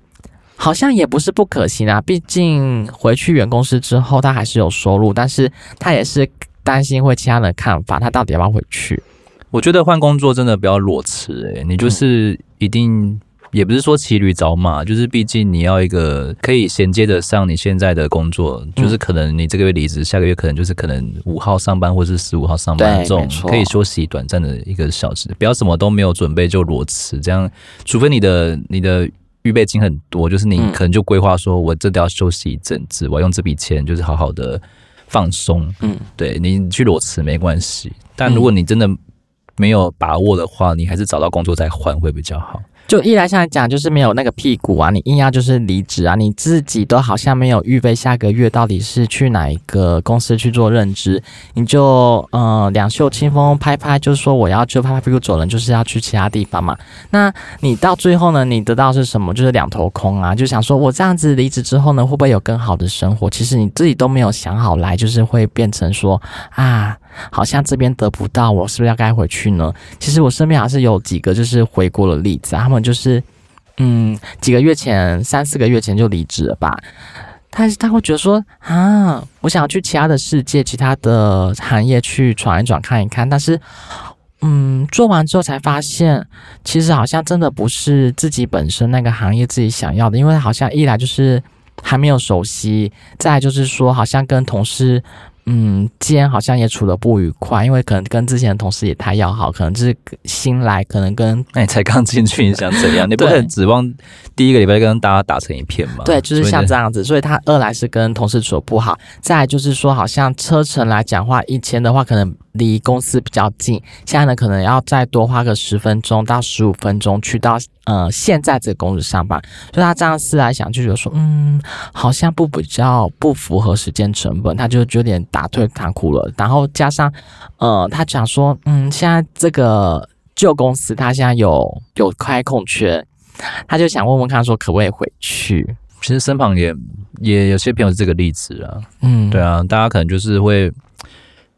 好像也不是不可行啊，毕竟回去原公司之后他还是有收入，但是他也是担心会其他人的看法，他到底要不要回去？我觉得换工作真的不要裸辞，哎，你嗯就是一定。也不是说骑驴找马，就是毕竟你要一个可以衔接得上你现在的工作，嗯就是可能你这个月离职，下个月可能就是可能五号上班或是十五号上班对这种没错可以休息短暂的一个小时，不要什么都没有准备就裸辞，这样除非你的你的预备金很多，就是你嗯可能就规划说，我真的要休息一阵子，我要用这笔钱就是好好的放松，嗯，对你去裸辞没关系，但如果你真的没有把握的话，你还是找到工作再换会比较好。就一来上来讲，就是没有那个屁股啊，你硬要就是离职啊，你自己都好像没有预备下个月到底是去哪一个公司去做任职，你就呃两袖清风拍拍，就是说我要就拍拍屁股走人，就是要去其他地方嘛。那你到最后呢，你得到是什么？就是两头空啊，就想说我这样子离职之后呢，会不会有更好的生活？其实你自己都没有想好来，就是会变成说啊，好像这边得不到，我是不是要该回去呢？其实我身边还是有几个就是回国的例子啊，他们就是嗯几个月前三四个月前就离职了吧。但是他会觉得说啊，我想要去其他的世界、其他的行业去闯一闯、看一看。但是，嗯，做完之后才发现，其实好像真的不是自己本身那个行业自己想要的，因为好像一来就是还没有熟悉，再来就是说好像跟同事嗯，间好像也处的不愉快，因为可能跟之前的同事也太要好，可能就是新来，可能跟那你才刚进去，你想怎 样？你不对能指望第一个礼拜跟大家打成一片嘛？对，就是所以像呢这样子。所以他二来是跟同事处得不好，再来就是说，好像车程来讲话，以前的话可能离公司比较近，现在呢可能要再多花个十分钟到十五分钟去到呃现在这个公司上班。所以他这样思来想去，就觉得说，嗯，好像不比较不符合时间成本，他就有点打退堂鼓了。然后加上呃，他讲说，嗯，现在这个。旧公司他现在有有开空缺，他就想问问看说可不可以回去，其实身旁也也有些朋友是这个例子啊，嗯，对啊，大家可能就是会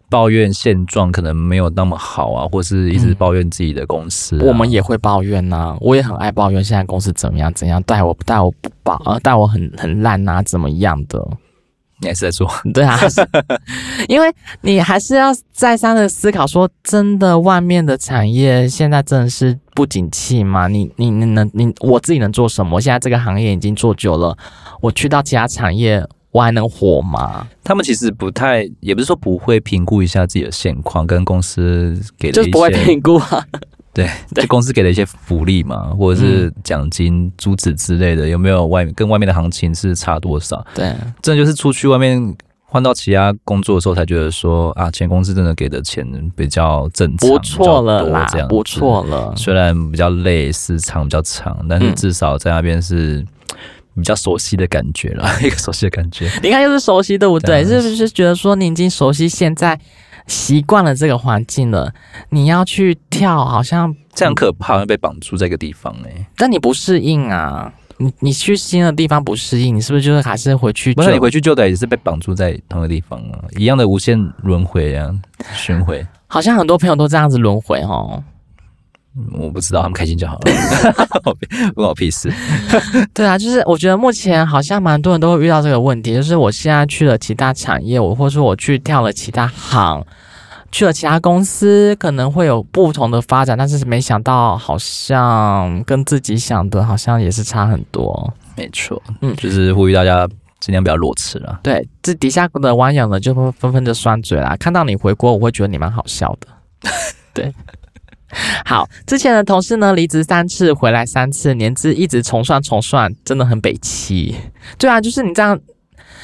抱怨现状可能没有那么好啊，或是一直嗯抱怨自己的公司啊、我们也会抱怨呐、我也很爱抱怨现在公司怎么样怎样，待我待我不保，呃，待我很很烂呐、怎么样的？ 你还是在做， 对啊，是 因为你还是要再三的思考说，真的外面的产业现在真的是不景气吗？你你你能你我自己能做什么？现在这个行业已经做久了，我去到其他产业，我还能活吗？他们其实不太，也不是说不会评估一下自己的现况，跟公司给的就一是些不会评估啊，对，就公司给的一些福利嘛，或者嗯是奖金、诸此之类的，有没有外跟外面的行情是差多少？对，真的就是出去外面换到其他工作的时候，才觉得说啊，前公司真的给的钱比较正常，不错了比较多啦这样，子不。错了，虽然比较累，时长比较长，但是嗯至少在那边是比较熟悉的感觉了， 一个熟悉的感觉。你看又是熟悉，对不对？对啊是不是觉得说你已经熟悉现在习惯了这个环境了？你要去跳，好像这样可怕，会被绑住在一个地方哎、欸。但你不适应啊。你你去新的地方不适应，你是不是就是还是啊回去就？不是你回去就得也是被绑住在同一个地方啊，一样的无限轮回啊， 巡回。好像很多朋友都这样子轮回哦。嗯我不知道，他们开心就好 了，关我屁事。对啊，就是我觉得目前好像蛮多人都会遇到这个问题，就是我现在去了其他产业，我或者说我去跳了其他行，去了其他公司，可能会有不同的发展，但是没想到好像跟自己想的好像也是差很多。没错，嗯嗯，就是呼吁大家尽量不要裸辞啦。对，这底下的网友呢就纷纷纷就酸嘴啦。看到你回国，我会觉得你蛮好笑的。对，好，之前的同事呢离职三次，回来三次，年资一直重算重算，真的很北齐。对啊，就是你这样，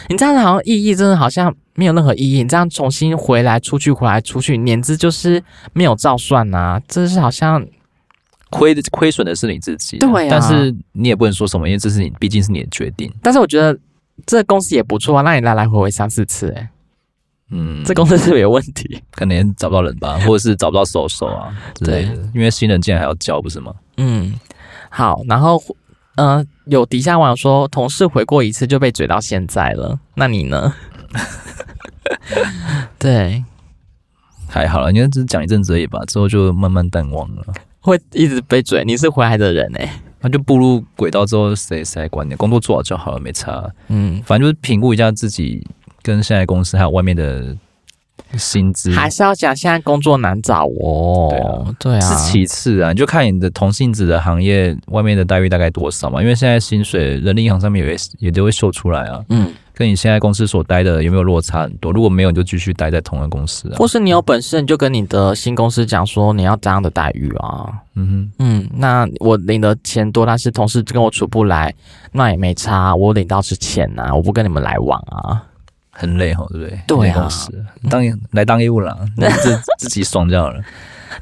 你这样好像意义真的好像没有任何意义。你这样重新回来出去，回来出去，年资就是没有照算啊，这是好像亏的亏损的是你自己，对啊但是你也不能说什么，因为这是你，毕竟是你的决定。但是我觉得这公司也不错啊，让你来来回回三四次、欸，嗯，这公司是不是有问题？可能也找不到人吧，或者是找不到手手啊之类的，因为新人进来还要教，不是吗？嗯，好，然后嗯、呃有底下网友说，同事回过一次就被嘴到现在了，那你呢？ 对，还好了，因为只是讲一阵子而已吧，之后就慢慢淡忘了。会一直被嘴，你是回来的人哎、那就步入轨道之后，谁谁来管你？工作做好就好了，没差。嗯，反正就是评估一下自己跟现在公司还有外面的薪资，还是要讲现在工作难找哦，对啊，是其次啊，你就看你的同性质的行业外面的待遇大概多少嘛，因为现在薪水人力银行上面也会也都会秀出来啊，嗯，跟你现在公司所待的有没有落差很多？如果没有，你就继续待在同一个公司啊或。是你有本事，你就跟你的新公司讲说你要这样的待遇啊，嗯嗯，那我领的钱多，但是同事跟我处不来，那也没差，我领到是钱呐、我不跟你们来往啊，哼，很累哈，对不对？对啊那公司当来当业务 啦，你自自己爽就好了。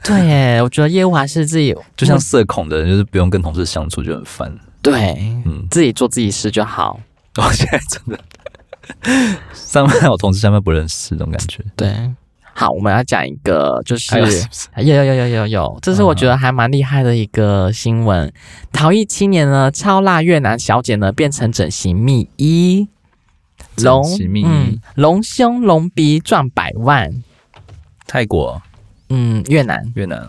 对耶，我觉得业务还是自己，就像社恐的人，就是不用跟同事相处就很烦。对嗯， 自己做自己事就好。我现在真的 上班有同事，下班不认识那种感觉。哎对，好，我们要讲一个，就是还有是不是有有有有有有，这是我觉得还蛮厉害的一个新闻。逃逸青年呢，超辣越南小姐呢，变成整形秘医，隆整形秘医嗯隆胸隆鼻赚百万，泰国、嗯，越南。越南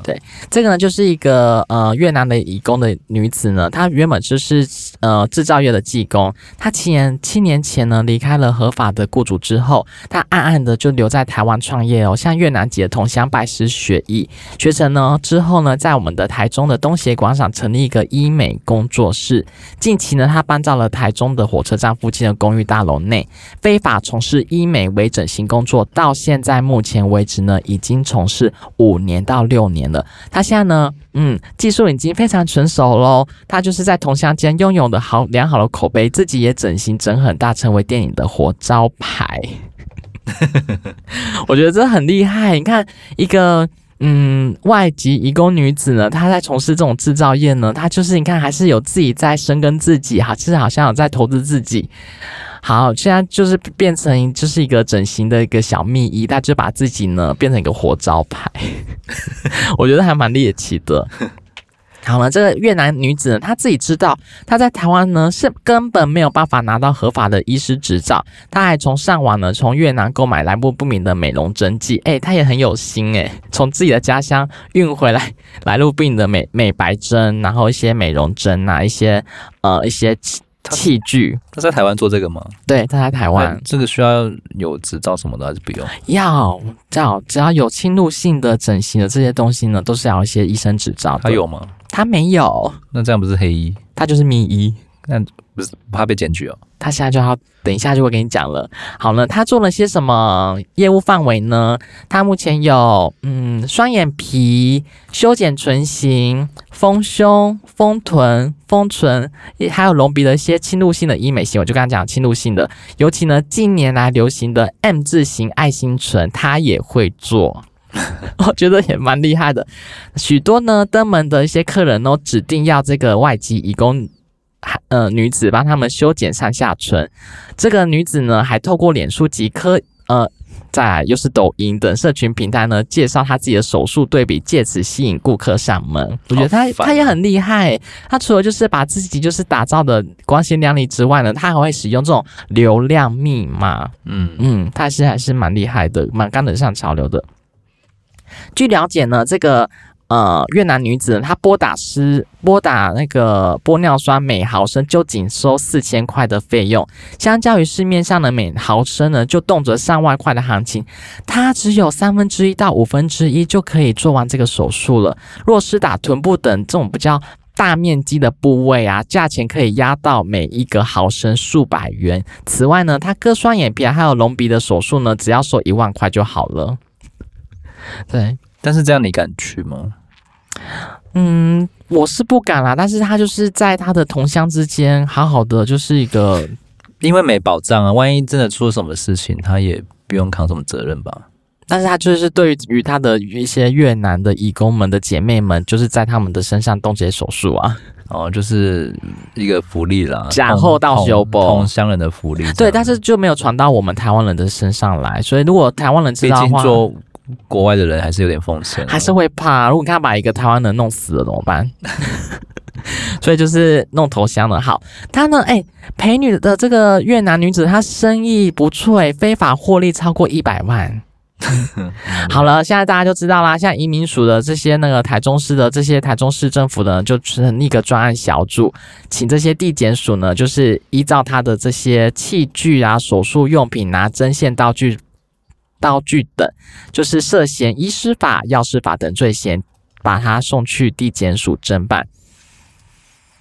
这个呢，就是一个呃越南的义工的女子呢，她原本就是呃制造业的技工，她七年七年前呢离开了合法的雇主之后，她暗暗的就留在台湾创业哦，向越南籍的同乡拜师学艺，学成呢之后呢，在我们的台中的东协广场成立一个医美工作室。近期呢，她搬到了台中的火车站附近的公寓大楼内，非法从事医美微整形工作，到现在目前为止呢，已经从事五年到六年了。他现在呢，嗯，技术已经非常成熟喽。他就是在同乡间拥有的好良好的口碑，自己也整形整很大，成为电影的活招牌。 我觉得这很厉害。你看，一个嗯外籍移工女子呢，她在从事这种制造业呢，她就是你看还是有自己在深耕自己，哈，其实好像有在投资自己。好，现在就是变成就是一个整形的一个小秘医，她就把自己呢变成一个活招牌。我觉得还蛮猎奇的。好了，这个越南女子呢，她自己知道她在台湾呢是根本没有办法拿到合法的医师执照，她还从上网呢从越南购买来路不明的美容针剂，哎、她也很有心哎、从自己的家乡运回来来路不明的美美白针，然后一些美容针啊，一些呃一些器她器具，他在台湾做这个吗？对，她在台湾哎这个需要有执照什么的，还是不哎用？要要只要有侵入性的整形的这些东西呢，都是要有一些医生执照的。他有吗？她没有？那这样不是黑衣？她就是秘医。不是不怕被检举哦？他现在就要等一下就会跟你讲了。好了，他做了些什么业务范围呢？他目前有嗯双眼皮、修剪唇形、丰胸、丰臀、丰唇，也还有隆鼻的一些侵入性的医美型。我就刚刚讲侵入性的，尤其呢近年来流行的 M 字型爱心唇，他也会做。我觉得也蛮厉害的，许多呢登门的一些客人呢，指定要这个外籍义工呃女子帮他们修剪上下唇。这个女子呢，还透过脸书及科呃。再来又是抖音等社群平台呢，介绍她自己的手术对比，借此吸引顾客上门。我觉得她好烦啊她也很厉害，她除了就是把自己就是打造的光鲜亮丽之外呢，她还会使用这种流量密码。嗯，嗯，他是还是蛮厉害的，蛮跟得上潮流的。据了解呢，这个呃越南女子她拨打师拨打那个玻尿酸每毫升就仅收四千块的费用，相较于市面上的每毫升呢就动辄上万块的行情，她只有三分之一到五分之一就可以做完这个手术了。若是打臀部等这种比较。大面积的部位啊，价钱可以压到每一个毫升数百元，此外呢，他割双眼皮还有隆鼻的手术呢，只要收一万块就好了。对，但是这样你敢去吗？嗯，我是不敢啦，但是他就是在他的同乡之间，好好的就是一个，因为没保障啊，万一真的出了什么事情，他也不用扛什么责任吧？但是他就是对于他的一些越南的义工们的姐妹们，就是在他们的身上冻结手术啊。哦，就是一个福利啦，假后到同修同补同乡人的福利。对，但是就没有传到我们台湾人的身上来，所以如果台湾人知毕道的竟话，做国外的人还是有点风险啊，还是会怕。如果他把一个台湾人弄死了怎么办？ 所以就是弄头香的。好，他呢，哎、陪女的这个越南女子，她生意不错、哎，非法获利超过一百 万。好了，现在大家就知道啦。现在移民署的这些那个台中市的这些台中市政府呢，就成立一个专案小组，请这些地检署呢，就是依照他的这些器具啊、手术用品啊、针线道具、道具等，就是涉嫌医师法、药师法等罪嫌，把他送去地检署侦办。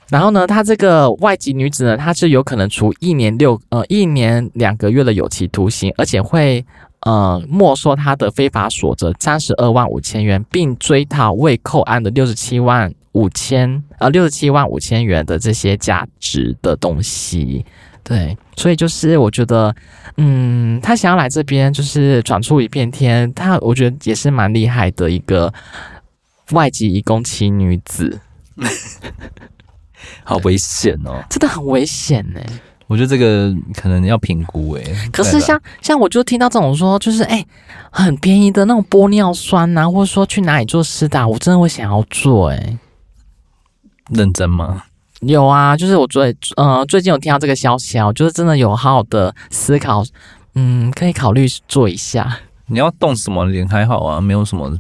然后呢，她这个外籍女子呢，她是有可能处一年六呃一年两个月的有期徒刑，而且会呃没收她的非法所得三十二万五千元，并追讨未扣案的六十七万五千呃六十七万五千元的这些价值的东西。对，所以就是我觉得，嗯，他想要来这边就是闯出一片天，他我觉得也是蛮厉害的一个外籍移工奇女子，好危险哦！真的很危险欸呢、我觉得这个可能要评估诶、欸可是像像我就听到这种说，就是哎、很便宜的那种玻尿酸呐、或者说去哪里做施打，我真的会想要做哎、认真吗？有啊，就是我最呃最近有听到这个消息啊，我就是真的有好好的思考，嗯，可以考虑做一下，你要动什么脸还好啊，没有什么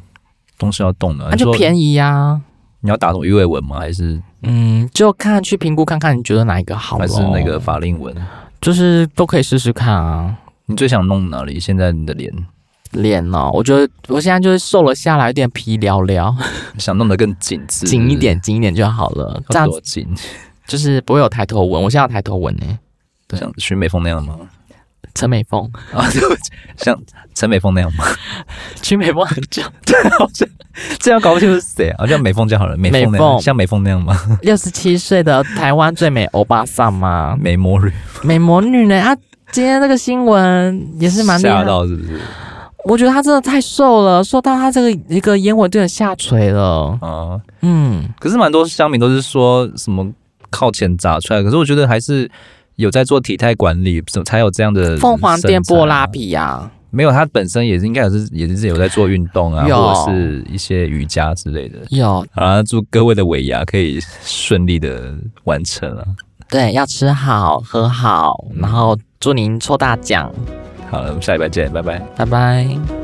东西要动的、啊。那、就宜。便宜呀、啊。你要打什么鱼尾纹吗？还是嗯，就看去评估看看，你觉得哪一个好？还是那啊个，法令纹？就是都可以试试看啊。你最想弄哪里？现在你的脸脸哦，我觉得我现在就是瘦了下来，有点皮寥寥，嗯想弄得更紧致，紧一，点，紧一点就好了。这要样多紧？就是不会有抬头纹。我现在有抬头纹 呢、对像徐美凤那样吗？ 陈美凤，啊，对不起，像陈美凤那样吗？去美凤很久，这样搞不清楚是谁啊？像美凤就好了，美凤那美样，凤像美凤那样 吗？六十七岁的台湾最美欧巴桑嘛， 美魔女美魔女呢？啊，今天这个新闻也是蛮厉吓害的，到是不是？我觉得她真的太瘦了，瘦到她这个一个烟纹有点下垂了。啊，嗯，可是蛮多乡民都是说什么靠钱砸出来，可是我觉得还是有在做体态管理，怎么才有这样的凤凰身材啊电波拉啊皮呀、没有，他本身也是应该也是也是有在做运动啊，有或者是一些瑜伽之类的。有好啦，祝各位的尾牙可以顺利的完成啊！对，要吃好喝好，然后祝您抽大奖，好了，我们下礼拜见，拜拜。拜拜。